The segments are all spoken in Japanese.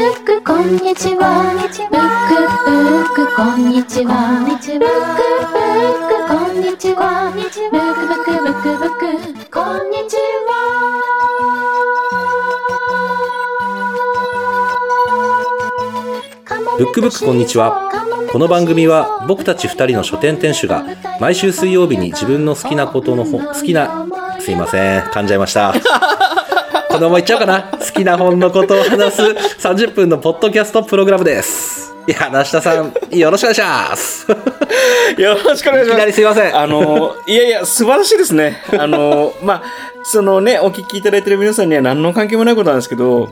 んにちは。ブックブックこんにちは。ブックブックこんにちは。ブックブックブックブックこんにちは。ブックブックこんにちはこの番組は僕たち2人の書店店主が毎週水曜日に自分の好きなことの本好きなすいません噛んじゃいました このままいっちゃおうかな好きな本のことを話す30分のポッドキャストプログラムですいや梨田さんよろしくお願いしますよろしくお願いいしきまなすりすいませんあの、いやいや、素晴らしいです ね。あの、まあ、そのね、お聞きいただいてる皆さんには何の関係もないことなんですけど、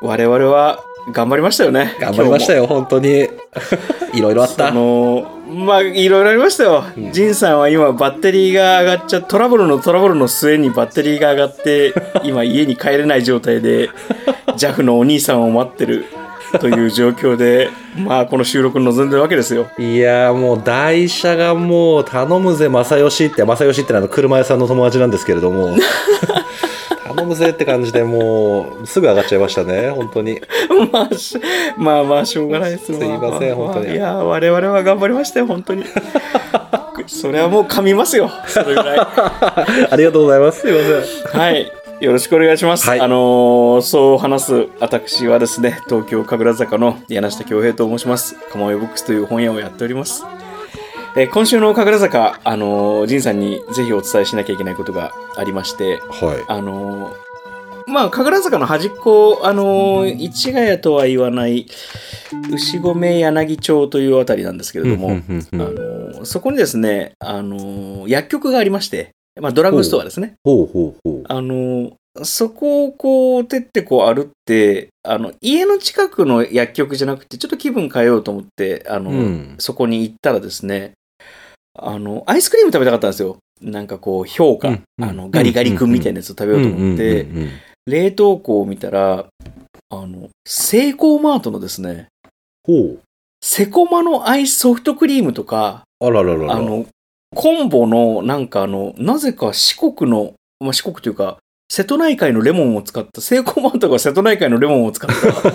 我々は頑張りましたよね。頑張りましたよ。よ本当に いろいろあっあたの、まあ、いろいろありましたよ。ジンさんは今、バッテリーが上がっちゃ、トラブルのトラブルの末にバッテリーが上が って、今、家に帰れない状態で、JAF のお兄さんを待ってるという状況で、まあ、この収録に臨んでるわけですよ。いやーもう台車がもう頼むぜ正義って正義ってのはあの車屋さんの友達なんですけれど も頼むぜって感じでもうすぐ上がっちゃいましたね本当にまあ、しまあまあしょうがないですすいません本当にいや我々は頑張りましたよ本当にそれはもう噛みますよそれぐらいありがとうございますすいませんはいよろしくお願いします、はいあのーそう話す私はですね東京神楽坂の柳下恭平と申します釜江ブックスという本屋をやっておりますえー今週の神楽坂、あのー、仁さんにぜひお伝えしなきゃいけないことがありまして、はいあのーまあ、神楽坂の端っこ、あのー市ヶ谷とは言わない、牛込柳町というあたりなんですけれども、うんうんうんうんあのーそこにですね、あのー薬局がありまして、まあ、ドラッグストアですね。ほうほうほうあのーそこをこう、てってこう歩って、あの、家の近くの薬局じゃなくて、ちょっと気分変えようと思って、あのーうんそこに行ったらですね、あの、アイスクリーム食べたかったんですよ。なんかこう、評価、うんうんあの、ガリガリ君みたいなやつを食べようと思って、うんうんうんうん冷凍庫を見たら、あの、セイコーマートのですね、ほセコマのアイスソフトクリームとか、うあららららあの、コンボの、なんかあの、なぜか四国の、まあ、四国というか、瀬戸内海のレモンを使った、セイコーマートが瀬戸内海のレモンを使 っ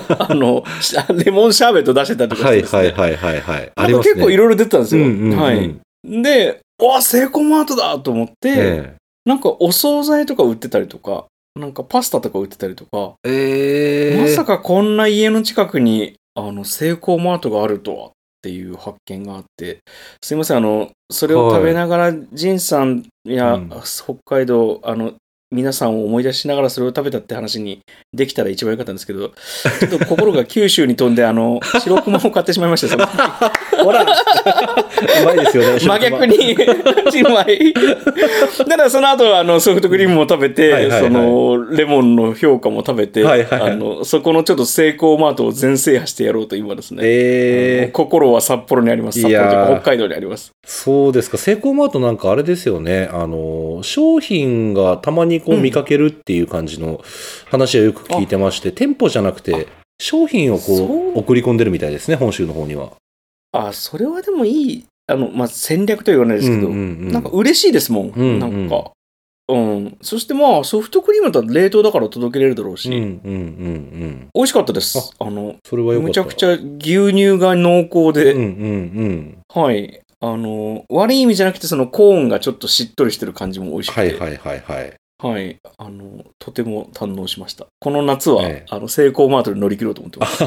た、あの、しレモンシャーベット出してたりとかしはていですね。はいはいはいはいなあんりかますね結構いろいろ出てたんですよ。うんうんうんはい。で、わあ、セイコーマートだと思って、えなんかお惣菜とか売ってたりとか、なんかパスタとか売ってたりとか、えええまさかこんな家の近くに、あの、セイコーマートがあるとはっていう発見があって、すいません、あの、それを食べながら、ジンさんや、うん北海道、あの、皆さんを思い出しながらそれを食べたって話にできたら一番良かったんですけど、ちょっと心が九州に飛んで、あの、白熊を買ってしまいました、そのほ らうまいですよね真逆 に1枚だからその後あのソフトクリームも食べて、はいはいはいそのレモンの評価も食べて、はいはいはいあのそこのちょっとセイコーマートを全制覇してやろうと今ですね、えあのえ心は札幌にあります札幌といいうやーか北海道にありますそうですか、セイコーマートなんかあれですよね、あの商品がたまにこううん見かけるっていう感じの話はよく聞いてまして、店舗じゃなくて、商品をこそうう送り込んでるみたいですね、本州の方には。あそれはでもいいあの、まあ、戦略とは言わないですけど、なんか嬉しいですもん、うんうんなんかうん、そしてまあソフトクリームだったら冷凍だから届けれるだろうし、うんうんうんうん、美味しかったですあのそれはよかった。むちゃくちゃ牛乳が濃厚で、うんうんはい。あの、悪い意味じゃなくて、そのコーンがちょっとしっとりしてる感じも美味うん。しくて、はいはいはいはい。はいあの、とても堪能しました。この夏は、ええあの、セイコーマートに乗り切ろうと思ってます。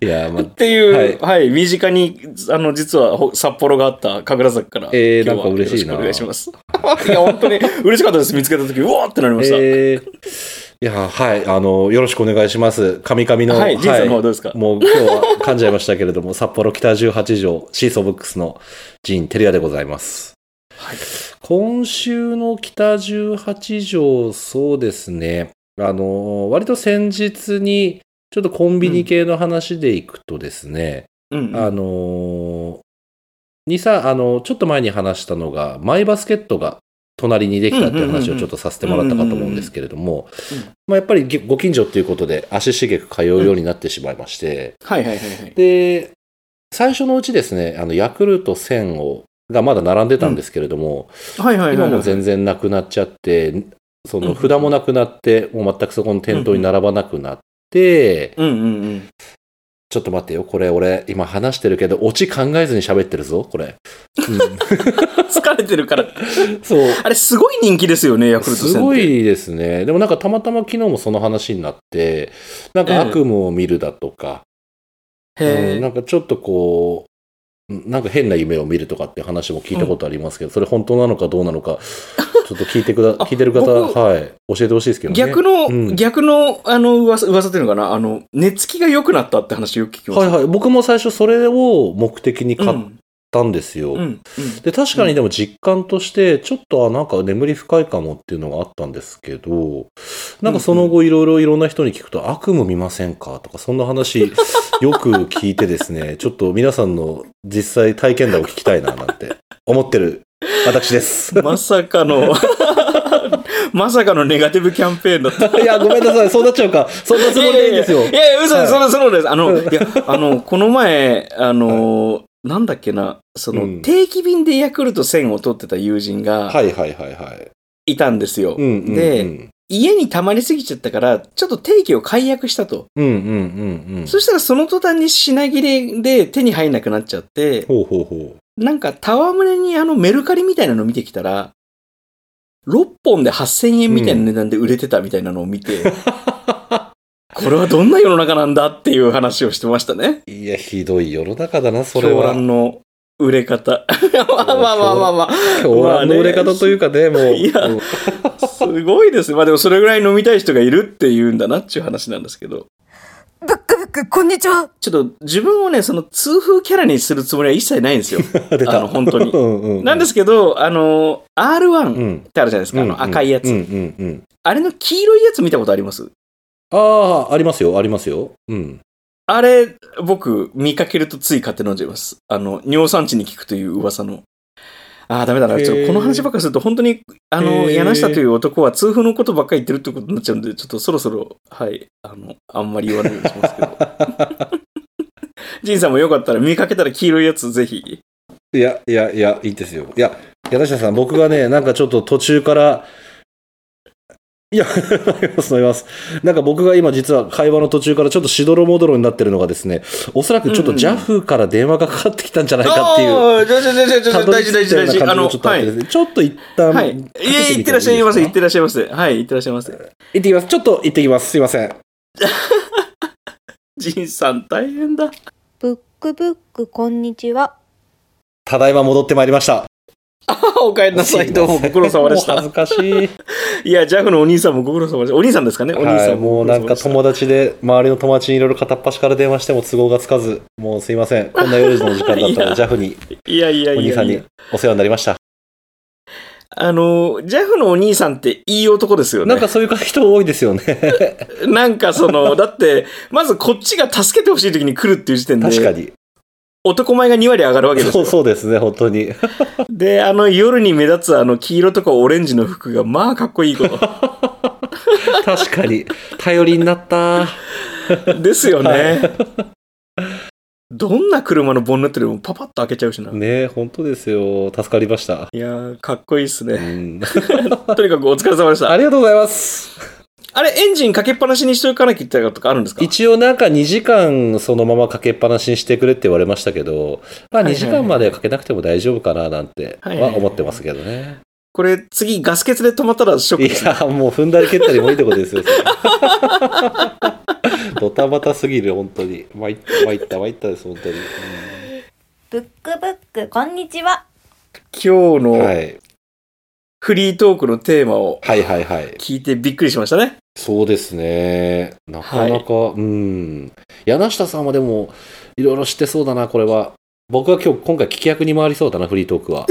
いや、まあっ、ていう、ははいい、身近に、あの、実はほ札幌があった神楽坂から、えー今日はなんか嬉しいなよろしくお願いします。い や、本当に嬉しかったです。見つけた時、うわーってなりました。えーいや、はい、あの、よろしくお願いします。神々の、はい、人生の方はどうですか、もう今日は噛んじゃいましたけれども、札幌北18条シーソーブックスのジン・テリアでございます。はい今週の北18条、そうですね。あの、割と先日に、ちょっとコンビニ系の話でいくとですね、うんあの、にさ、あの、ちょっと前に話したのが、マイバスケットが隣にできたっていう話をちょっとさせてもらったかと思うんですけれどもうんうんうん、まあやっぱりご近所っていうことで足しげく通うようになってしまいまして、はいはいはいはい。で、最初のうちですね、あの、ヤクルト1000を、がまだ並んでたんですけれども、はいはいはい、は今い。も全然なくなっちゃって、そうんうのん札もなくなって、もう全くそこの店頭に並ばなくなって、うんうんうん。ちょっと待ってよ、これ俺今話してるけど、オチ考えずに喋ってるぞ、これ。疲れてるから。 そう。あれ、すごい人気ですよね、ヤクルト戦っすて。ごいですね。でもなんかたまたま昨日もその話になって、なんか悪夢を見るだとか、へうんえなんかちょっとこう、んなんか変な夢を見るとかって話も聞いたことありますけど、それ本当なのかどうなのか、ちょっと聞いてくだ、聞いてる方、僕はい、教えてほしいですけどね。逆の、うん逆の、あの、噂、噂っていうのかなあの、寝つきが良くなったって話よく聞きます。はいはい。僕も最初それを目的に買うっんたんですよ。うん。うん。で、確かにでも実感として、ちょっとあなんか眠り深いかもっていうのがあったんですけど、なんかその後いろいろいろんな人に聞くと、悪夢見ませんかとか、そんな 話よく聞いてですね、ちょっと皆さんの実際体験談を聞きたいななんて思ってる私です。まさかの、 まさかのネガティブキャンペーンだった。 いや、ごめんなさい。そうなっちゃうか。そんなつもりでいいんですよ。いやいや、嘘はでいす、その、そのです。あの、いや、あの、この前、あの、なんだっけな、その、うん定期便でヤクルト1000を取ってた友人がはいはいはいはい。いたんですよ。うんうんうん。で家に溜まりすぎちゃったから、ちょっと定期を解約したと。うんうんうんうん。そしたらその途端に品切れで手に入んなくなっちゃって、ほうほうほなんか戯れにあのメルカリみたいなの見てきたら、6本で8000円みたいな値段で売れてたみたいなのを 見て、これはどんな世の中なんだっていう話をしてましたね。う。いや、ひどい世の中だな、それ狂は。乱の売 れ方。まあまあまあまあま狂乱の売れ方というかね、もう。いやうん あ、すごいですね。まあでもそれぐらい飲みたい人がいるっていうんだなっていう話なんですけど。ブックブック、こんにちは。ちょっと自分をね、その通風キャラにするつもりは一切ない んですよ。出たあの本当にうんうんうん、なんですけど、あの、う R1 っんてあるじゃないですか、あの赤いやつ、うんうんうん、あれの黄色いやつ見たことありますああ、ありますよ、ありますよ。うん。あれ、僕、見かけるとつい買って飲んじゃいます。あの、尿酸値に効くという噂の。ああ、ダメだな。ちょっへーとこの話ばっかりすると、本当に、あへの、ー柳下という男は痛風のことばっかり言ってるってことになっちゃうんで、ちょっとそろそろ、はい、あの、あんまり言わないようにしますけど。 ジンさんもよかったら見かけたら黄色いやつぜひ。いや、いや、いや、いいですよ。いや、柳下さん、僕がね、なんかちょっと途中から、いや、 飲みます、飲みます。なんか僕が今実は会話の途中からちょっとしどろもどろになってるのがですね、おそらくちょっとうんうん JAF から電話がかかってきたんじゃないかっていう。ああ、じゃあじゃあじゃあじゃたあどり大着事い大事たよう大な事。あ感の、じがちょっとあはっていです。ねちょっと一旦、はい。いかけてみえ、ていってらっしゃいませ、い行っっててらっしゃいませ。はい、いってらっしゃいませ。きます。ちょっと行ってきます。すいません。ジンさん大変 だ。ブックブック、こんにちは。ただいま戻ってまいりました。お帰りなさい。どうもご苦労様でしもうた恥。ずかしい。いや、ジャフのお兄さんもご苦労様でした。お兄さんですかねお兄はさい、んもごう苦な労様んでかした。友達で、周りの友達にいろいろ片っ端から電話しても都合がつかず、もうすいません。こんな夜の時間だっいたやので、JAF に、いやいやおいやい兄やさんにお世話になりました。あの、ジャフのお兄さんっていい男ですよね。なんかそういう人多いですよね。なんかその、 だって、まずこっちが助けてほしい時に来るっていう時点で、確かに。男前が2割上がるわけですそうよ。そうですね、本当に。で、あの、夜に目立つあの、黄色とかオレンジの服が、まあ、かっこい いこと。確かに。頼りになった。ですよね。どんな車のボンネットでもパパッと開けちゃうしな。ね本当ですよ。助かりました。いやー、かっこいいっすうね。んとにかくお疲れ様でした。ありがとうございます。あれ、エンジンかけっぱなしにしとかなきゃいけないとかあるんですか一応なんか2時間そのままかけっぱなしにしてくれって言われましたけど、まあはいはいはい2時間までかけなくても大丈夫かななんてはいはいは思ってますけどね。これ、次、ガス欠で止まったらショックいですね。や、もう踏んだり蹴ったりもいいってことですよ。それ ドタバタすぎる、本当に。参った、参った、参ったです、本当に。ブックブック、こんにちは。今日うんはのい。フリートークのテーマをはいはいはい。聞いてびっくりしましたね。そうですね。なかなか、うん。柳下さんはでも、いろいろ知ってそうだな、これは。僕は今日、今回聞き役に回りそうだな、フリートークは。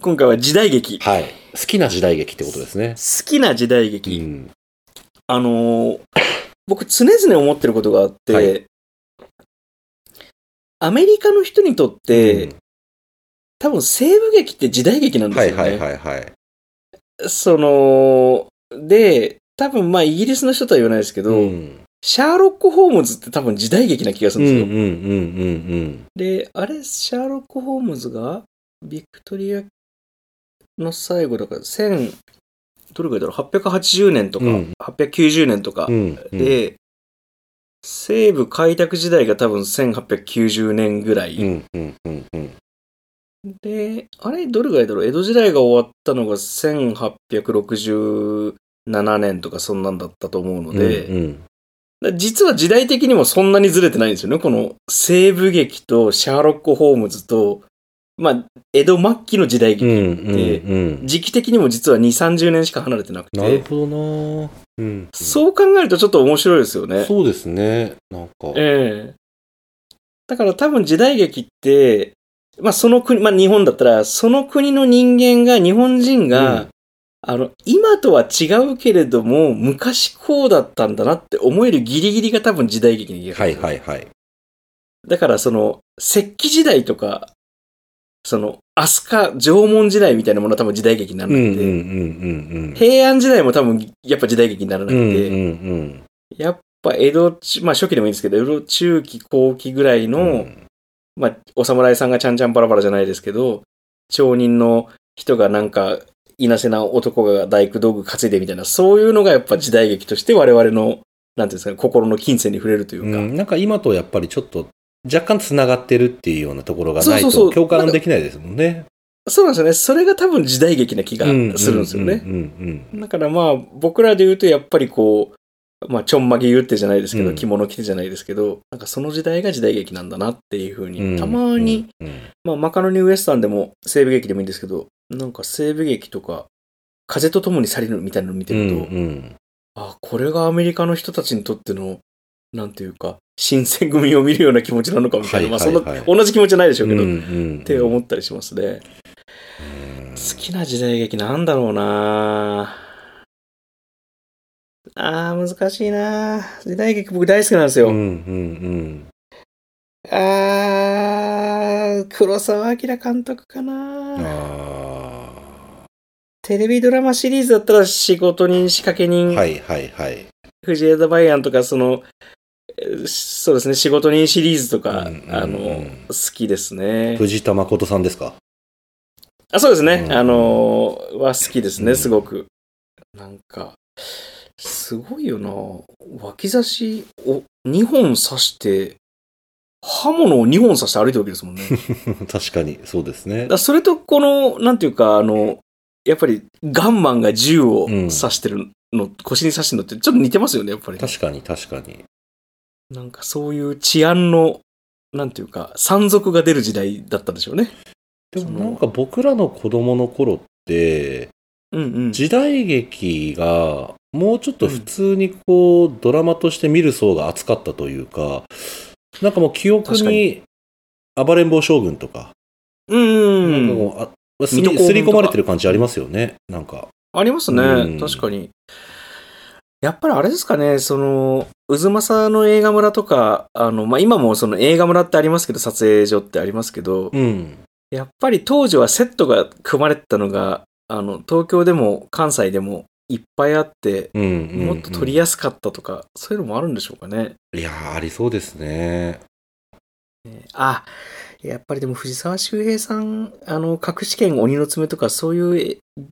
今回は時代劇。好はい。好きな時代劇ってことですね。きな時代う劇。ん。あのー僕、常々思ってることがあって、はいアメリカの人にとって、うん多分西部劇って時代劇なんですよね。いはい。その、で、多分まあイギリスの人とは言わないですけど、うん。シャーロック・ホームズって多分時代劇な気がすうるんんうでんすうよ。んうんで、あれ、シャーロック・ホームズが、ビクトリアの最後だから、どれくらいだろう ?880 年とか、うん890年とか、うんで、西部開拓時代が多分1890年ぐらい。うんうんうんうんで、あれどれぐらいだろう江戸時代が終わったのが1867年とかそんなんだったと思うので、うんだ実は時代的にもそんなにずれてないんですよね。この西部劇とシャーロック・ホームズと、まあ、江戸末期の時代うんう劇、んうんうん時期的にも実は2、30年しか離れてなくなるて、ほどなぁうんそう考えるとちょっと面白いですよね。そうですねなんかええだから多分時代劇って、まあその国、まあ日本だったら、その国の人間が、日本人が、うんあの、今とは違うけれども、昔こうだったんだなって思えるギリギリが多分時代劇に言える。はいはいはいだからその、石器時代とか、その、飛鳥縄文時代みたいなものは多分時代劇にならうんなうくんて、うんうん平安時代も多分やっぱ時代劇にならなうくんうんて、うんやっぱ江戸中、まあ初期でもいいんですけど、江戸中期後期ぐらいの、うんまあ、お侍さんがちゃんちゃんバラバラじゃないですけど、町人の人がなんか、いなせな男が大工道具担いでみたいな、そういうのがやっぱ時代劇として我々の、なんていうんですかね、心の金銭に触れるといううか。んなんか今とやっぱりちょっと若干つながってるっていうようなところがないそうそうそとう共感できないですもんねそうなんですよね。それが多分時代劇な気がするんですよね。うんうんだからまあ、僕らで言うとやっぱりこう、まあ、ちょんまげ言ってじゃないですけど、うん着物着てじゃないですけど、なんかその時代が時代劇なんだなっていうふううんうんに、たまに、うんうんまあ、マカロニウエスタンでも西部劇でもいいんですけど、なんか西部劇とか、風と共に去りぬみたいなの見てると、うんうんあ、これがアメリカの人たちにとっての、なんていうか、新選組を見るような気持ちなのかみたいはな、いはいはいまあそんな、同じ気持ちはないでしょうけど、うんっうんて思ったりしますね。うん好きな時代劇なんだろうなあー、難しいな時代劇僕大好きなんですよ。うんうんあー、黒沢明監督かなうんあテレビドラマシリーズだったら仕事人、仕掛けー人、はいはいはい藤枝梅安とか、その、えーそうですね、仕事人シリーズとか、うんうんうんあの、好きですね。藤田誠さんですか あ、そうですね、うんあの、は好きですうんね、すごく。なんか、すごいよな脇差しを2本刺して、刃物を2本刺して歩いてるわけですもん ね。確かに、そうですねだか。らそれとこの、なんていうか、あの、やっぱりガンマンが銃をうん刺してるの、腰に刺してるのってちょっと似てますよね、やっぱり。確かに、確かに。なんかそういう治安の、なんていうか、山賊が出る時代だったんでしょうね。でもなんか僕らの子供の頃って、うんうん。時代劇がもうちょっと普通にこう、ドラマとして見る層が厚かったというか、なんかもう記憶確かに暴れん坊将軍とか、うんなんかうん。もうあすり水戸黄門とかすり込まれてる感じありますよね、なんか。ありますうんね。確かに。やっぱりあれですかね、その、渦政の映画村とか、あの、まあ、今もその映画村ってありますけど、撮影所ってありますけど、うん。やっぱり当時はセットが組まれてたのが、あの、東京でも関西でもいっぱいあって、うんうん、うん。もっと撮りやすかったとか、そういうのもあるんでしょうかね。いやー、ありそうですね。ねあ、やっぱりでも藤沢周平さん、あの、隠し剣鬼の爪とかそういう、え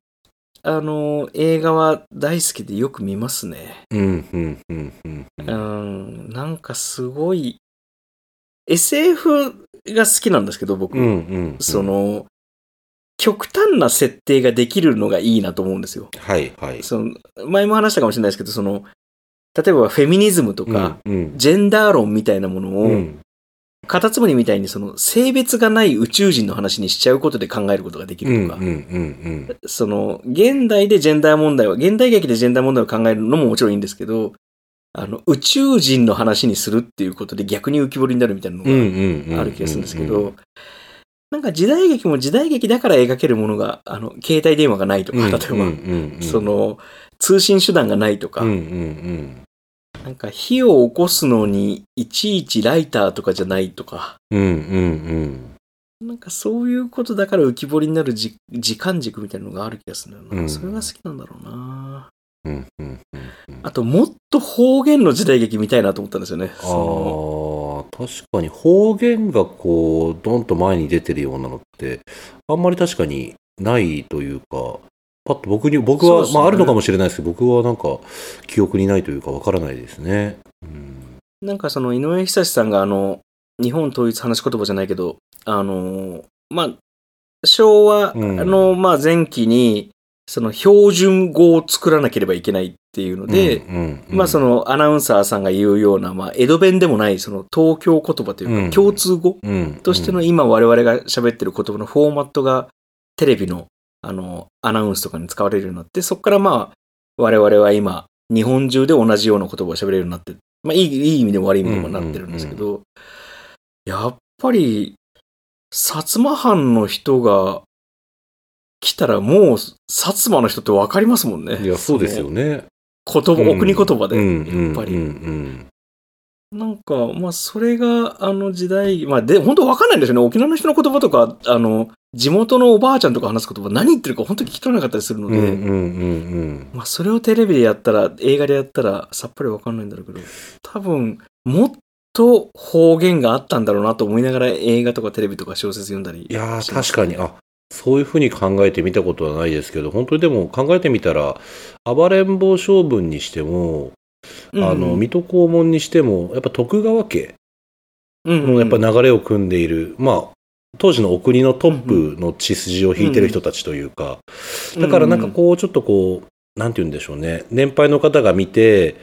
あの、映画は大好きでよく見ますね。うん、うん、うん、うん。うんうん、なんかすごい、SF が好きなんですけど、僕。うん、うん。そ、の、極端な設定ができるのがいいなと思うんですよ。はい、はい。その、前も話したかもしれないですけど、その、例えばフェミニズムとか、うん、うん。ジェンダー論みたいなものを、うんカタツムリみたいにその性別がない宇宙人の話にしちゃうことで考えることができるとうか、んうんうんうん、その現代でジェンダー問題は、現代劇でジェンダー問題を考えるのももちろんいいんですけど、あの、宇宙人の話にするっていうことで逆に浮き彫りになるみたいなのがあある気がするんですけど、なんか時代劇も時代劇だから描けるものが、あの、携帯電話がないとか、例えば、その、通信手段がないとか、なんか火を起こすのにいちいちライターとかじゃないとか、なんかそういうことだから浮き彫りになるじ時間軸みたいなのがある気がするんだよな。うんそれが好きなんだろうな。あと、もっと方言の時代劇見たいなと思ったんですよね。あそー確かに方言がこうドンと前に出てるようなのってあんまり確かにないというかパッと僕に、僕は、そうですねまああるのかもしれないですけど、僕はなんか記憶にないというかわからないですね。うん。なんかその井上久志さんがあの、日本統一話し言葉じゃないけど、あの、まあ、昭和の、まあ、前期に、その標準語を作らなければいけないっていうので、うん、うんまあそ、のアナウンサーさんが言うような、まあ江戸弁でもない、その東京言葉といううかん共通語うん、としての今我々が喋ってる言葉のフォーマットがテレビのあのアナウンスとかに使われるようになって、そこからまあ我々は今日本中で同じような言葉を喋れるようになって、まあいいいい意味でも悪い意味でもなってるんですけど、やっぱり薩摩藩の人が来たらもう薩摩の人ってわかりますもんね。いや、そうですよね。言葉、お国言葉で、うんやっぱり。うんうんなんか、まあ、それが、あの時代、まあ、で、本当わかんないんですよね。沖縄の人の言葉とか、あの、地元のおばあちゃんとか話す言葉、何言ってるか本当に聞き取れなかったりするのうんうで、んうんうんまあ、それをテレビでやったら、映画でやったら、さっぱりわかんないんだろうけど、多分、もっと方言があったんだろうなと思いながら、映画とかテレビとか小説読んだり。いやー確かに、あそういうふうに考えてみたことはないですけど、本当にでも考えてみたら、暴れん坊将軍にしても、うんあの、水戸黄門にしても、やっぱ徳川家うんうんのやっぱ流れを組んでいる、まあ、当時のお国のトップの血筋を引いてる人たちというか、だからなんかこう、ちょっとこう、なんて言うんでしょうね、年配の方が見て、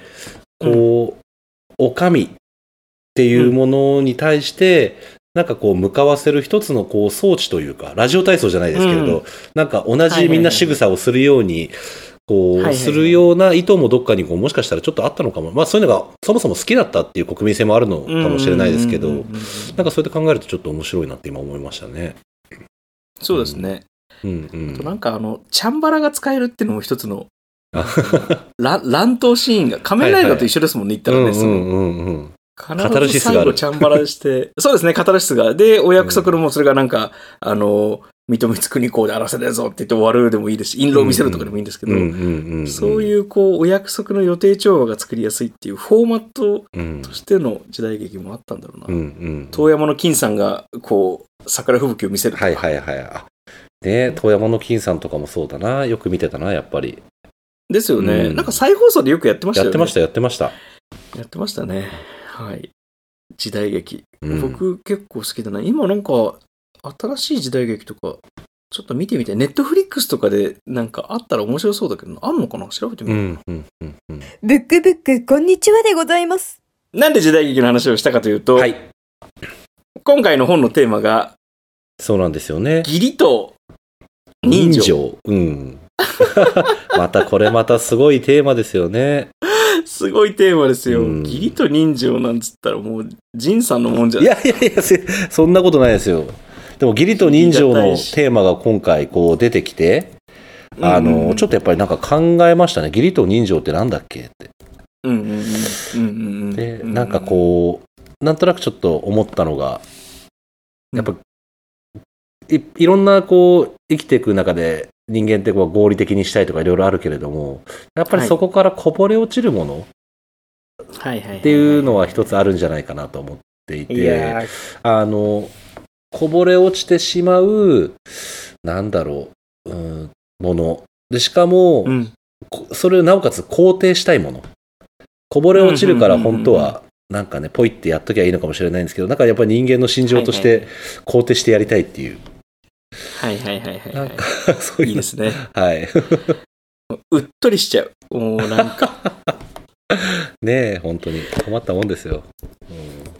こう、お上っていうものに対して、なんかこう、向かわせる一つのこう装置というか、ラジオ体操じゃないですけれど、うなんか同いはいはじいみんな仕草をするように、こはいはう、いするような意図もどっかにこう、もしかしたらちょっとあったのかも。まあそういうのが、そもそも好きだったっていう国民性もあるのかうんもしれないですけうんうんうどん、うんなんかそうやって考えるとちょっと面白いなって今思いましたね。そうですね。うんう。あとなんんかあの、チャンバラが使えるっていうのも一つのあ乱乱闘シーンが、仮面ライダーと一緒ですもんね、うん言ったらね。そのうんうんうん。必タルずシス最があ後るチャンバラして、 そうですね、カタルシスが。で、お約束のもうそれがなんか、あの、水戸光国公で荒らせねえぞって言って終わるでもいいですし、印籠を見せるとかでもいいんですけど、うんうんうんんそういうこう、お約束の予定調和が作りやすいっていうフォーマットうんとしての時代劇もあったんだろうな。うんうん。遠山の金さんが、こう、桜吹雪を見せるとか。はいはいはい。あね遠山の金さんとかもそうだな。よく見てたな、やっぱり。ですよね、うんなんか再放送でよくやってましたやっよね。てました、やってました。やってましたね。はい。時代劇。うん僕結構好きだな。今なんか、新しい時代劇とか、ちょっと見てみたい。ネットフリックスとかでなんかあったら面白そうだけどな、あんのかな調べてみうる、んうんうんうん。ブックブック、こんにちはでございます。なんで時代劇の話をしたかというと、はい。今回の本のテーマが、そうなんですよね。義理と人情。うん。 またこれまたすごいテーマですよ ね。 すごいテーマですよ。うん義理と人情なんつったらもう、仁さんのもんじゃいやいやいや、せそんなことないですよ。でも、義理と人情のテーマが今回こう出てきて、あの、ちょっっとやっぱりなんか考えましたね。義理と人情ってなんだっけって。と、うんうんうんうんうんで、なんかこう、なんとなくちょっと思ったのが、やっぱ、いいろんなこう、生きていく中で、人間ってこう合理的にしたいとかいろいろあるけれども、やっぱりそこからこぼれ落ちるものうん、はいはいはいはいっていうのは一つあるんじゃないかなと思っていいやて、ーあの、こぼれ落ちてしまう、なんだろう、うん、もの。で、しかも、うん、こそれをなおかつ肯定したいもの。こぼれ落ちるからうんうんうんうん本当は、なんかね、ポイってやっときゃいいのかもしれないんですけど、なんかやっぱり人間の心情としはいはて肯定してやりたいっていう、 はいはいはいはい、なんかは、そうい。いいいうでの、すね。はい。 うっとりしちゃう。もうなん か。ねえ、本当に困ったもんですよ。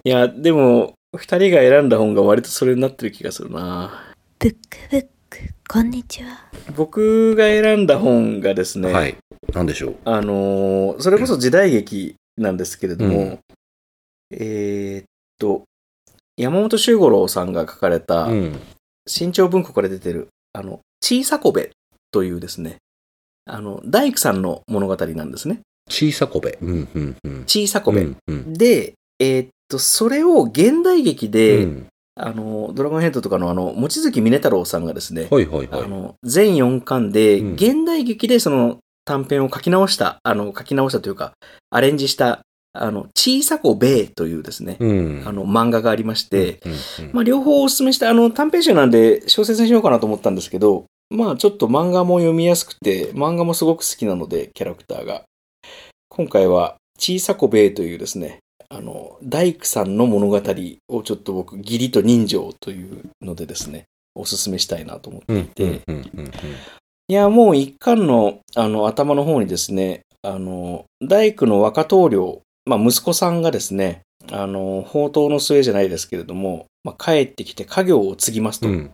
いや、でも、二人が選んだ本が割とそれになってる気がするな。ブックブック、こんにちは。僕が選んだ本がですね、はい。なんでしょう。あのーそれこそ時代劇なんですけれども、うんえーっと、山本周五郎さんが書かれたう、ん。新潮文庫から出てる、あの、小さこべというですね、あの、大工さんの物語なんですね。小さこべ。うん、うん、うん。小さこべ。うんうんで、えーっと、それを現代劇で、うんあの、ドラゴンヘッドとかのあの、望月峰太郎さんがですね、はいはいはあい。の、全4巻で、うん現代劇でその短編を書き直した、あの、書き直したというか、アレンジした、あの、小さこべというですね、うんあの、漫画がありまして、うんうんまあ、両方おすすめして、あの、短編集なんで小説にしようかなと思ったんですけど、まあちょっと漫画も読みやすくて、漫画もすごく好きなので、キャラクターが。今回は、小さこべえというですね、あの、大工さんの物語をちょっと僕、義理と人情というのでですね、おすすめしたいなと思ってういんて、うんうんうんいや、もう一巻の、あの、頭の方にですね、あの、大工の若棟梁、まあ、息子さんがですね、あの、宝刀の末じゃないですけれども、まあ、帰ってきて家業を継ぎますと。うん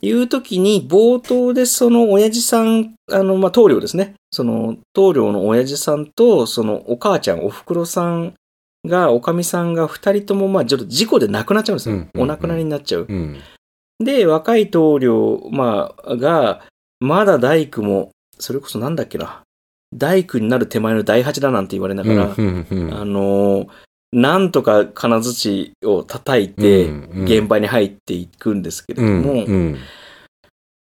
いう時に、冒頭でその親父さん、あの、まあ、棟梁ですね。その、棟梁の親父さんと、そのお母ちゃん、お袋さんが、おかみさんが二人とも、まあ、ちょっと事故で亡くなっちゃうんですよ。うんうんうんお亡くなりになっちゃう。うんで、若い棟梁、まあ、が、まだ大工も、それこそなんだっけな。大工になる手前の大八だなんて言われなうがんら、うんうんあのーなんとか金槌を叩いて、現場に入っていくんですけれども、うんうん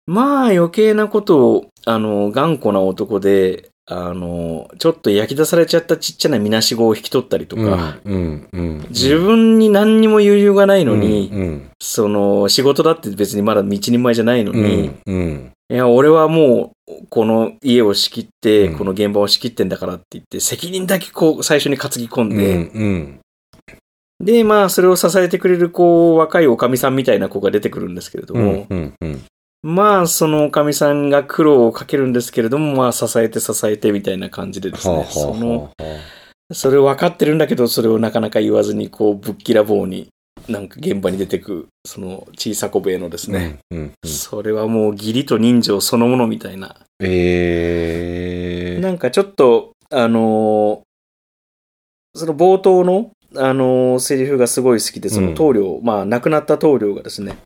まあ余計なことを、あの、頑固な男で、あの、ちょっと焼き出されちゃったちっちゃなみなしごを引き取ったりとか、うんうんうん自分に何にも余裕がないのに、うんその、仕事だって別にまだ一人前じゃないのうに、んうんいや、俺はもう、この家を仕切って、うんこの現場を仕切ってんだからって言って、責任だけこう、最初に担ぎ込んうんうで、んうんで、まあ、それを支えてくれる、こう、若いおかみさんみたいな子が出てくるんですけれども、うんうんまあ、そのおかみさんが苦労をかけるんですけれども、まあ、支えて支えてみたいな感じでですね、はあはあその、はあはそれを分かってるんだけど、それをなかなか言わずに、こう、ぶっきらぼうに、なんか現場に出てく、その、小さこべえのですあね、うんうんうんそれはもう、義理と人情そのものみたいな、えーなんかちょっと、あのーその冒頭の、あのーセリフがすごい好きで、そうんの棟梁、まあ亡くなった棟梁がですね、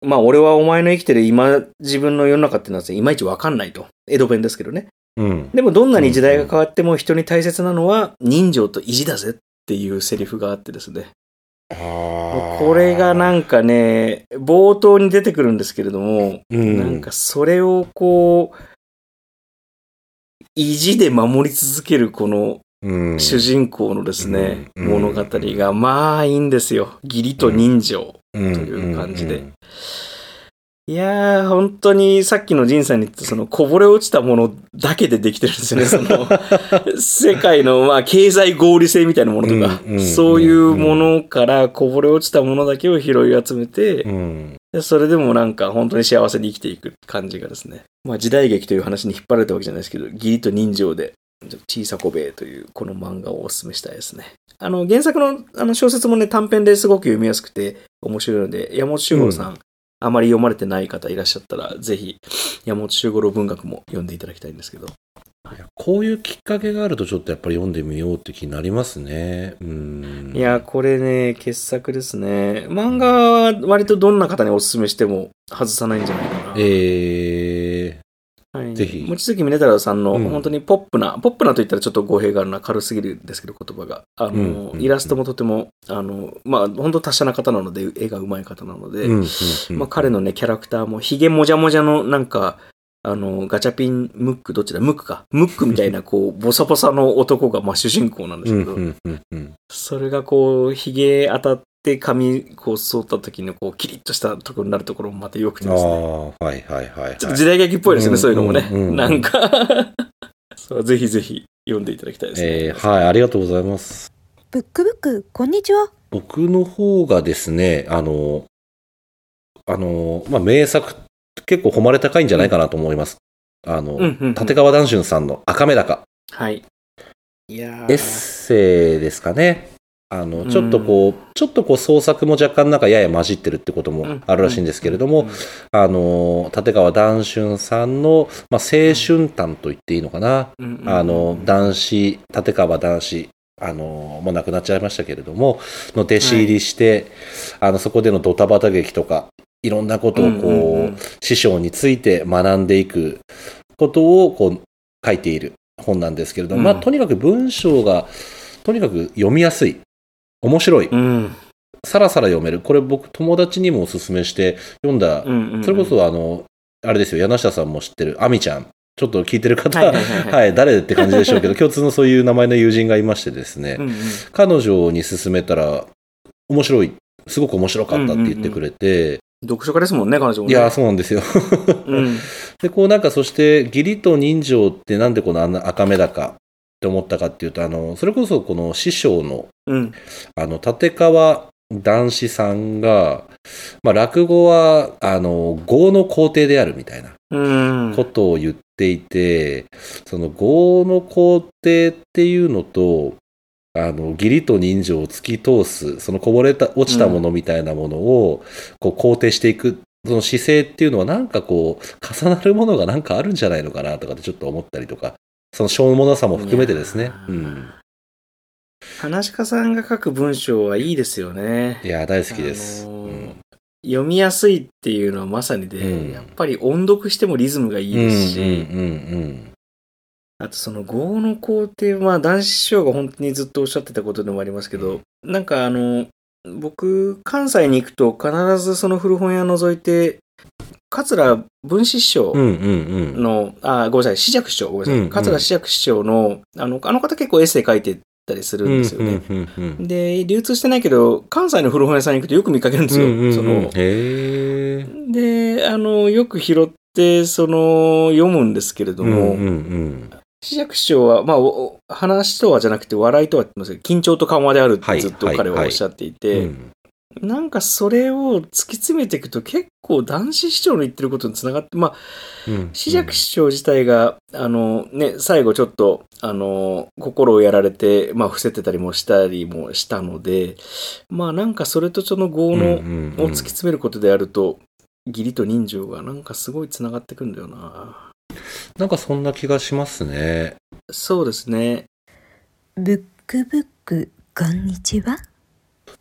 まあ俺はお前の生きてる今、自分の世の中っていうのは、いまいちわかんないと。江戸弁ですけどね。うんでもどんなに時代が変わっても人に大切なのは人情と意地だぜっていうセリフがあってですね。あーこれがなんかね、冒頭に出てくるんですけれども、うんなんかそれをこう、意地で守り続けるこのうん主人公のですね、うん物語がまあいいんですよ。義理と人情。という感じでいやー、本当にさっきの仁さんに言ったそのこぼれ落ちたものだけでできてるんで すよね。その世界のまあ経済合理性みたいなものとか、うんうんそういうものからこぼれ落ちたものだけを拾い集めて、うんでそれでもなんか本当に幸せに生きていく感じがですね。まあ時代劇という話に引っ張られたわけじゃないですけど、義理と人情で、小さこべえというこの漫画をお勧めしたいですね。あの原作のあの小説もね、短編ですごく読みやすくて面白いので、山本周五郎さん、あまり読まれてない方いらっしゃったら、ぜひ山本周五郎文学も読んでいただきたいんですけど。こういうきっかけがあるとちょっとやっぱり読んでみようって気になりますね。うん。いやー、これね、傑作ですね。漫画は割とどんな方にお勧めしても外さないんじゃないかな。えはい、ぜひ望月峰太郎さんのうん本当にポップな、ポップなと言ったらちょっと語弊があるな、軽すぎるんですけど、言葉が。あの、うんうんうんイラストもとても、あの、まあ、本当達者な方なので、絵が上手い方なのー、で、うんうんうんまあ、彼のね、キャラクターも、ヒゲもじゃもじゃの、なんか、あの、ガチャピン、ムック、どっちだ、ムックか。ムックみたい な、こう、ボサボサの男が、まあ、主人公なんうですんけうど、んうんうん。それがこう、ヒゲ当たって髪、こう、剃った時の、こう、キリッとしたところになるところもまた良くてああですね。ー、はいはいはい、はい。ちょっと時代劇っぽいですよね、はいそういうのもね。うんうんうんなんかそう、ぜひぜひ読んでいただきたいですね。えーはい、ありがとうございます。ブックブック、こんにちは。僕の方がですね、あの、あの、まあ、名作、結構誉れ高いんじゃないかなと思います。あの、うんうんうん立川談春さんの赤目高。はい。いやーエッセイですかね。あの、うんちょっとこう、ちょっとこう創作も若干なんかやや混じってるってことうもんあるらしいんですけれども、うんあの、立川談春さんの、まあ、青春譚と言っていいのかな。うんうんうんあの、男子、立川男子、あの、もう亡くなっちゃいましたけれども、の弟子入りして、あの、そこでのドタバタ劇とか、いろんなことをこう、うんうんうん師匠について学んでいくことをこう、書いている本なんですけれども、まあ、うんとにかく文章が、とにかく読みやすい。面白い。うんさらさら読める。これ僕、友達にもおすすめして読んだうんうんそれこそあの、あれですよ、柳下さんも知ってる、アミちゃん。ちょっと聞いてる方、はいははいいはいはい誰って感じでしょう けど、共通のそういう名前の友人がいましてですね、うんうん彼女に勧めたら、面白い、すごく面白かったって言ってくれて、読書家ですもんね、彼女も、いね。やー、そうなんですよ。うん。 で、こうなんかそして、義理と人情ってなんでこのあんな赤目だかって思ったかっていうと、あの、それこそこの師匠の、うん。あの、立川男子さんが、まあ、落語は、あの、業の皇帝であるみたいなうん。ことを言っていて、その業の皇帝っていうのと、あの、義理と人情を突き通す、そのこぼれた、落ちたものみたいなものを、こう、肯定していく、その姿勢っていうのはなんかこう、重なるものがなんかあるんじゃないのかなとかってちょっと思ったりとか、そのしょうもなさも含めてですね。ういやーん。話し家さんが書く文章はいいですよねい。やー、大好きです。あうのーん。読みやすいっていうのはまさにで、うんやっぱり音読してもリズムがいいですし、うんうんあとその語の工程は、男子師匠が本当にずっとおっしゃってたことでもありますけど、なんかあの、僕、関西に行くと必ずその古本屋覗いて、桂文子師匠うんうん。うんうんうん。の、あ、ごめんなさい、四尺師匠、ごめんなさい、うんうん桂四尺師匠の、あの、あの方結構エッセイ書いてたりするんですよね。うんうんうんうん。で、流通してないけど、関西の古本屋さんに行くとよく見かけるんですよ。うんうんうんそのへーで、あの、よく拾って、その、読むんですけれども、うんうんうん。四尺師匠は、まあ、おお話とはじゃなくて、笑いとは言ってますけど、緊張と緩和であるっはていずっとはい彼ははいおっしゃっていて、うんなんかそれを突き詰めていくと、結構男子師匠の言ってることにつながって、まあ、うん四尺師匠自体が、あのね、最後ちょっと、あの、心をやられて、まあ、伏せてたりもしたりもしたので、まあ、なんかそれとその業の、を突き詰めることであると、義理と人情がなんかすごいつながってくんだよな。なんかそんな気がしますね。そうですね。ブックブック、こんにちは。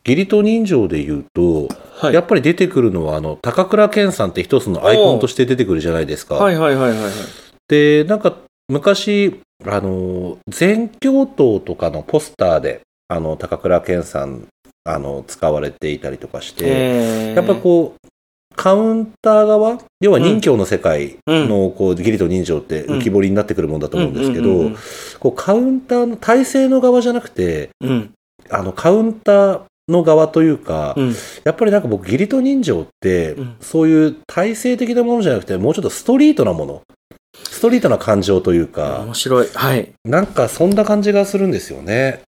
義理と人情で言うと、はやっぱり出てくるのは、あの、高倉健さんって一つのアイコンとして出てくるじゃないですか。はいはいはいはいはい。で、なんか、昔、あの、全教頭とかのポスターで、あの、高倉健さん、あの、使われていたりとかして、えーやっぱこう、カウンター側、要は任教の世界の、こう、義理と人情って浮き彫りになってくるもんだと思うんですけうんうんどうん、こう、カウンターの体制の側じゃなくて、うんあの、カウンターの側というか、うんやっぱりなんか僕、義理と人情って、うんそういう体制的なものじゃなくて、もうちょっとストリートなもの。ストリートな感情というか面、白い。はい。なんかそんな感じがするんですよね。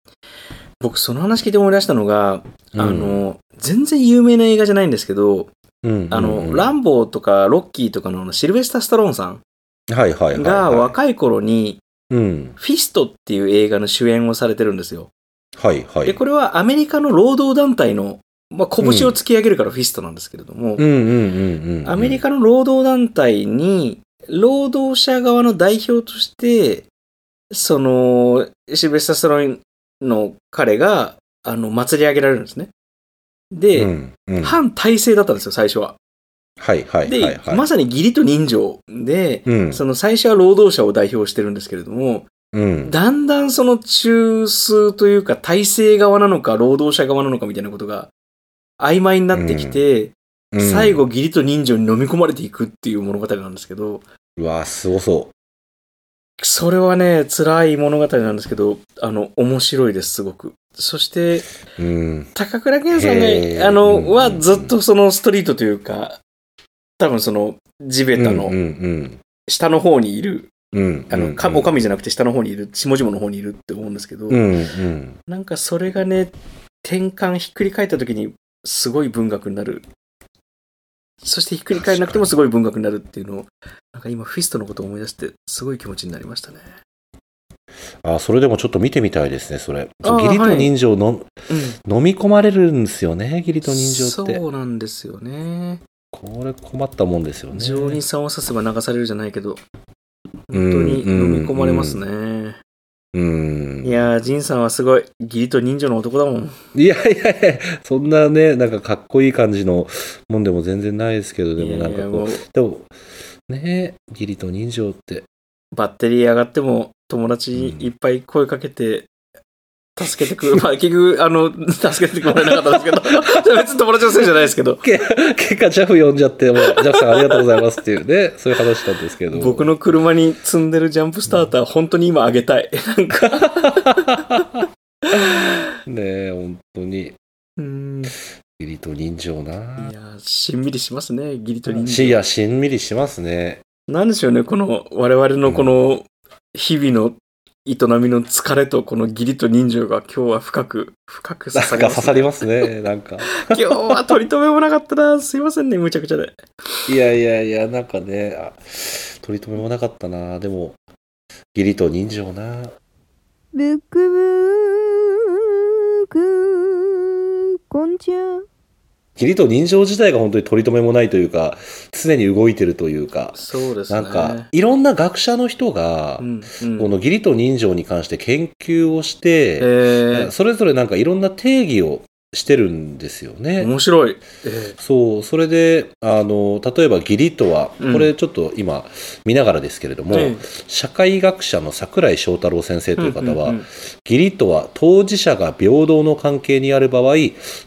僕、その話聞いて思い出したのが、うんあの、全然有名な映画じゃないんですけど、うんあの、うんランボーとかロッキーとかのあのシルベスタ・スタローンさんはいはいはいはい、が若い頃に、うん。フィストっていう映画の主演をされてるんですよ。はいはい。で、これはアメリカの労働団体の、まあ、拳を突き上げるからフィストなんですけれども、うんうんうんうん。アメリカの労働団体に、労働者側の代表として、その、シルベスタ・スタローンの彼が、あの、祭り上げられるんですね。で、うんうん反体制だったんですよ、最初は。はいはいで、はいはい。まさに義理と人情で、うんその最初は労働者を代表してるんですけれども、うんだんだんその中枢というか体制側なのか労働者側なのかみたいなことが曖昧になってきて、うん最後、義理と人情に飲み込まれていくっていう物語なんですけど、うわすごそそれはね、辛い物語なんですけど、あの、面白いです、すごく。そして、う。うん。高倉健さんへーが、あうんうんうの、んはずっとそのストリートというか、多分その、地べたうんうのん下の方にいる、うん。うん。あの、かおかみ。みじゃなくて下の方にいる、下々の方にいるって思うんですけど、うんうん。なんかそれがね、転換ひっくり返った時に、すごい文学になる。そしてひっくり返らなくてもすごい文学になるっていうのを、なんか今フィストのことを思い出して、すごい気持ちになりましたね。あ、それでもちょっと見てみたいですね、それ。あー義理と人情の、うん。飲み込まれるんですよね、義理と人情ってそ。うなんですよね。これ困ったもんですよね。情にさを刺せば流されるじゃないけど、本当に飲み込まれますね。うん。いやー、ジンさんはすごい、義理と人情の男だもん。いやいやいや、そんなね、なんかかっこいい感じのもんでも全然ないですけど、でもなんいやいかやこもうう、でも、ね義理と人情って。バッテリー上がっても友達にいっぱい声かけて、助けてくる。 まあ、結局、あの、助けてもらえなかったんですけど、 それ別に友達のせいじゃないですけど、け結果、ジャフ呼んじゃ って、もう、ジャフさんありがとうございますっていうね、そういう話なんですけど。僕の車に積んでるジャンプスターター、本当に今あげたい。なんか、ね本当に。 うん。義理と人情ないやーしんみりしますね、義理と人しい情。や、しんみりしますね。なんでしょうね、この、我々のこの、日々の営みの疲れと、この義理と人情が今日は深く、深くな刺んかさりま刺すさりますね。なんか。今日は取り留めもなかったな。すいませんね、むちゃくちゃで。いやいやいや、なんかね、あ取り留めもなかったな。でも、義理と人情な。ブックブック、こんちゃん。義理と人情自体が本当に取り留めもないというか、常に動いてるというか、そうですなね。んか、、いろんな学者の人がう、ん、うん。この義理と人情に関して研究をして、えー、それぞれなんかいろんな定義をしてるんですよね。面白い。えそう、それで、あの、例えば義理とは、うんこれちょっと今見ながらですけれども、ええ社会学者の桜井翔太郎先生という方は、うんうんうん義理とは当事者が平等の関係にある場合、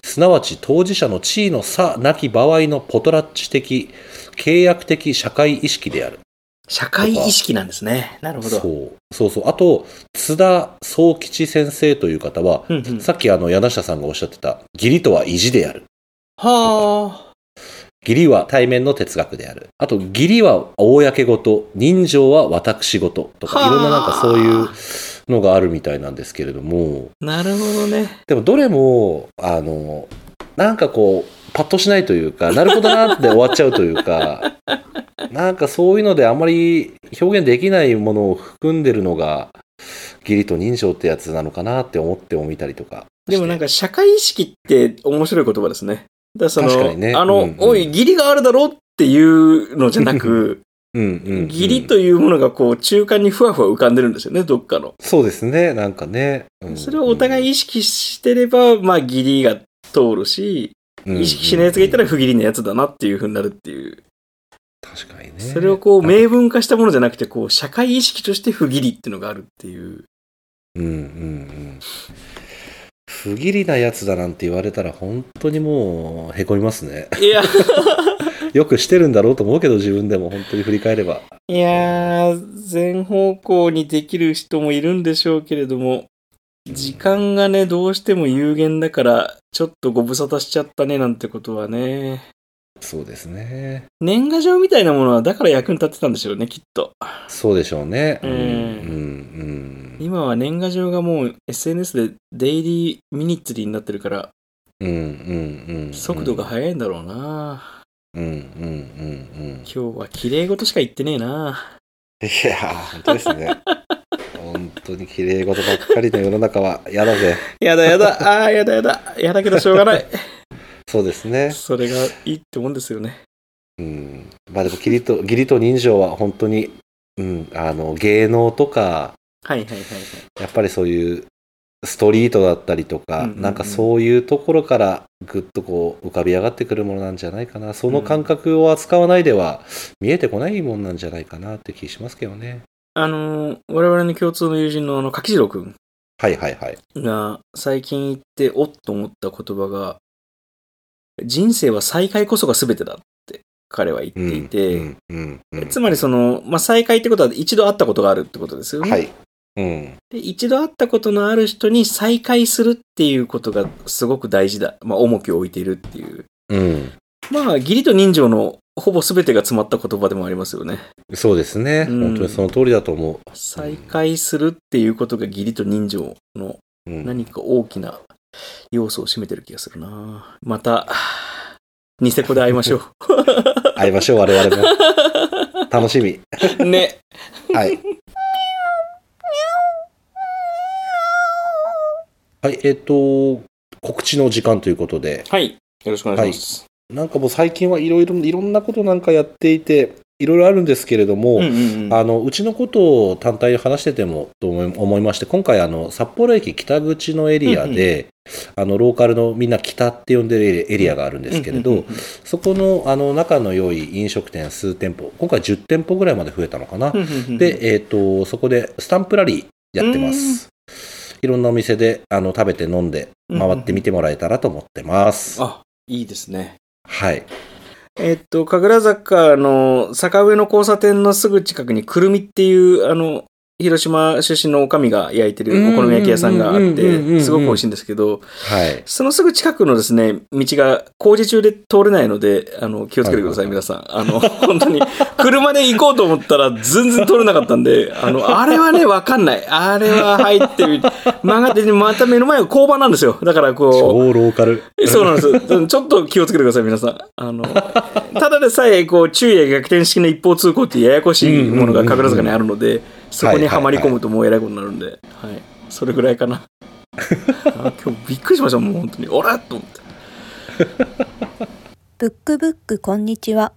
すなわち当事者の地位の差なき場合のポトラッチ的、契約的社会意識である。社会意識なんですね。なるほど。そうそうそう。あと、津田宗吉先生という方は、うんうんさっきあの、柳下さんがおっしゃってた、義理とは意地である。はあ。義理は対面の哲学である。あと、義理は公事、人情は私事とか、はあいろんななんかそういうのがあるみたいなんですけれども、なるほどね。でもどれも、あの、なんかこう、パッとしないというか、なるほどなって終わっちゃうという か、なんかそういうのであんまり表現できないものを含んでるのが、義理と人情ってやつなのかなって思ってもみたりとか。でもなんか、社会意識って面白い言葉ですね。だからその、確かにねあの、うんうんおい、義理があるだろうっていうのじゃなく、うんうんうん義理というものがこう、中間にふわふわ浮かんでるんですよね、どっかの。そうですね、なんかね。うんそれをお互い意識してれば、まあ、義理が通るし、意識しない奴がいたら不義理な奴だなっていう風になるっていう。確かにね。それをこう、なんか明文化したものじゃなくて、こう、社会意識として不義理っていうのがあるっていう。うんうんうん。不義理なやつだなんて言われたら本当にもうへこみますね。 いや、よくしてるんだろうと思うけど自分でも本当に振り返れば。いやー、全方向にできる人もいるんでしょうけれども、時間がね、どうしても有限だから、ちょっとご無沙汰しちゃったねなんてことはね、そうですね。年賀状みたいなものはだから役に立ってたんでしょうね、きっと。そうでしょうね。うんうんうん今は年賀状がもう SNS でデイリーミニッツリーになってるから、うんうんうんうん。速度が速いんだろうな、うんうんうんうん。今日は綺麗事しか言ってねえないやー、本当ですね。本当に綺麗事ばっかりの世の中は嫌だぜ。やだやだ、ああ、やだやだ、やだけどしょうがない。そうですね。 それがいいってもんですよね。うん、まあでも義理 と義理と人情は本当に、うん、あの芸能とかはいはいはい、はい。やっぱりそういうストリートだったりとか、うんうんうんなんかそういうところからぐっとこう浮かび上がってくるものなんじゃないかなその感覚を扱わないでは見えてこないもんなんじゃないかなって気しますけどねあのー我々の共通の友人のあの、柿次郎くんはいはいはいが最近言って、おっと思った言葉が、人生は再会こそが全てだって彼は言っていて、うんうんうんつまりその、まあ、再会ってことは一度会ったことがあるってことですよね。はい、うん、で一度会ったことのある人に再会するっていうことがすごく大事だ。まあ、重きを置いているっていう。うん、まあ、義理と人情のほぼ全てが詰まった言葉でもありますよね。そうですね、うん本当にその通りだと思再会するっていうことが義理と人情のう、うん、何か大きな要素を占めてる気がするな。また、ニセコで会いましょ会いましょう我 々も楽しみう。 ね。はい。はい、えっ、と、告知の時間ということで、はい。よろしくお願いします。なんかもう最近はいろいろ、いろんなことなんかやっていて、いろいろあるんですけれども、うんうんうん。あのうちのことを単体で話しててもと思い思いまして、今回あの、札幌駅北口のエリアで、あのローカルのみんな北って呼んでるエリアがあるんですけれど、うんうんうんそこのあの仲の良い飲食店数店舗、今回10店舗ぐらいまで増えたのかな、うんうんうんうん、で、えっ、と、そこでスタンプラリーやってます。いろんなお店であの食べて飲んで回ってみてもらえたらと思ってます。あ、いいですね。はい。えっと、神楽坂の坂上の交差点のすぐ近くにくるみっていう、あの、広島出身のおかみが焼いてるお好み焼き屋さんがあっうんうんうんうんうんて、すごく美味しいんですけど、はい。そのすぐ近くのですね、道が工事中で通れないので、あの、気をつけてください、はい皆さん。あの、本当に、車で行こうと思ったら全然通れなかったんで、あの、あれはね、わかんない。あれは入ってる。曲がって、また目の前が交番なんですよ。だからこう、超ローカル。 そうなんです。ちょっと気をつけてください、皆さん。あの、ただでさえ、こう、昼夜逆転式の一方通行ってややこしいものが神楽坂にあるので、そこにはまり込むともうえらいことになるんで、はい。それぐらいかな。 あ今日びっくりしました、もう本当に。おらっと思って。ブックブックこんにちは。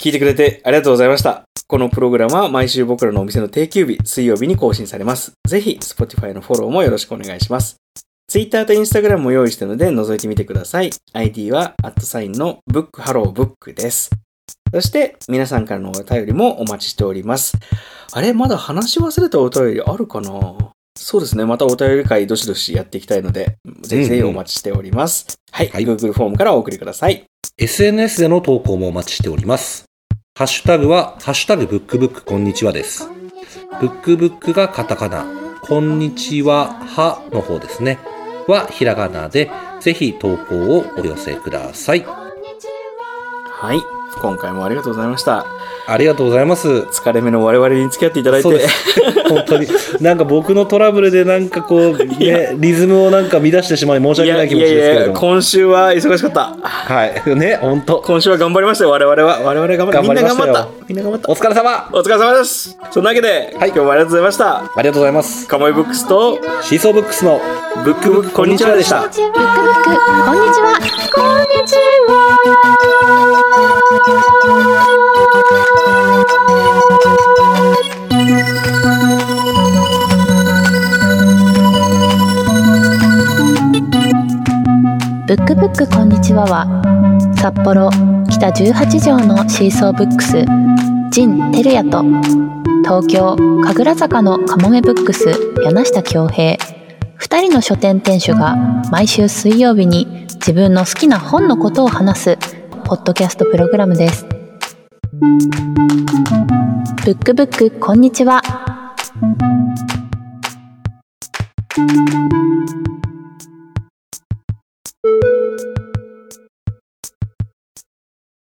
聞いてくれてありがとうございました。このプログラムは毎週僕らのお店の定休日、水曜日に更新されます。ぜひ、Spotify のフォローもよろしくお願いします。Twitter と Instagram も用意したので覗いてみてください。ID は、アットサインのブックハローブックです。そして、皆さんからのお便りもお待ちしております。あれまだ話し忘れたお便りあるかなそうですね。またお便り会どしどしやっていきたいので、ぜひぜひお待ちしております。はい。はい Google フォームからお送りください。 SNS での投稿もお待ちしております。ハッシュタグは、ハッシュタグブックブックこんにちはです。ブックブックがカタカナ、こんにちは、はの方ですね。はひらがなで、ぜひ投稿をお寄せください。はい。今回もありがとうございました。ありがとうございます。疲れ目の我々に付き合っていただいそうでて。す。本当に。なんか僕のトラブルでなんかこう、ね、リズムをなんか乱してしまい申し訳ない気持ちですけれども。今週は忙しかった。はい。ね、本当。今週は頑張りましたよ、我々は。我々頑張った。みんな頑張った頑張りましたよ。みんな頑張ったお。疲れ様お疲れ様です。そんなわけで、はい今日もありがとうございました。ありがとうございます。カモイブックスと、シーソーブックスのブックブックこんにちはでした。ブックブックこんにちはこんにちはブックブックこんにちはは札幌北18条のシーソーブックスジン・テルヤと東京神楽坂のカモメブックス柳下恭平2人の書店店主が毎週水曜日に自分の好きな本のことを話すポッドキャストプログラムです。ブックブックこんにちは。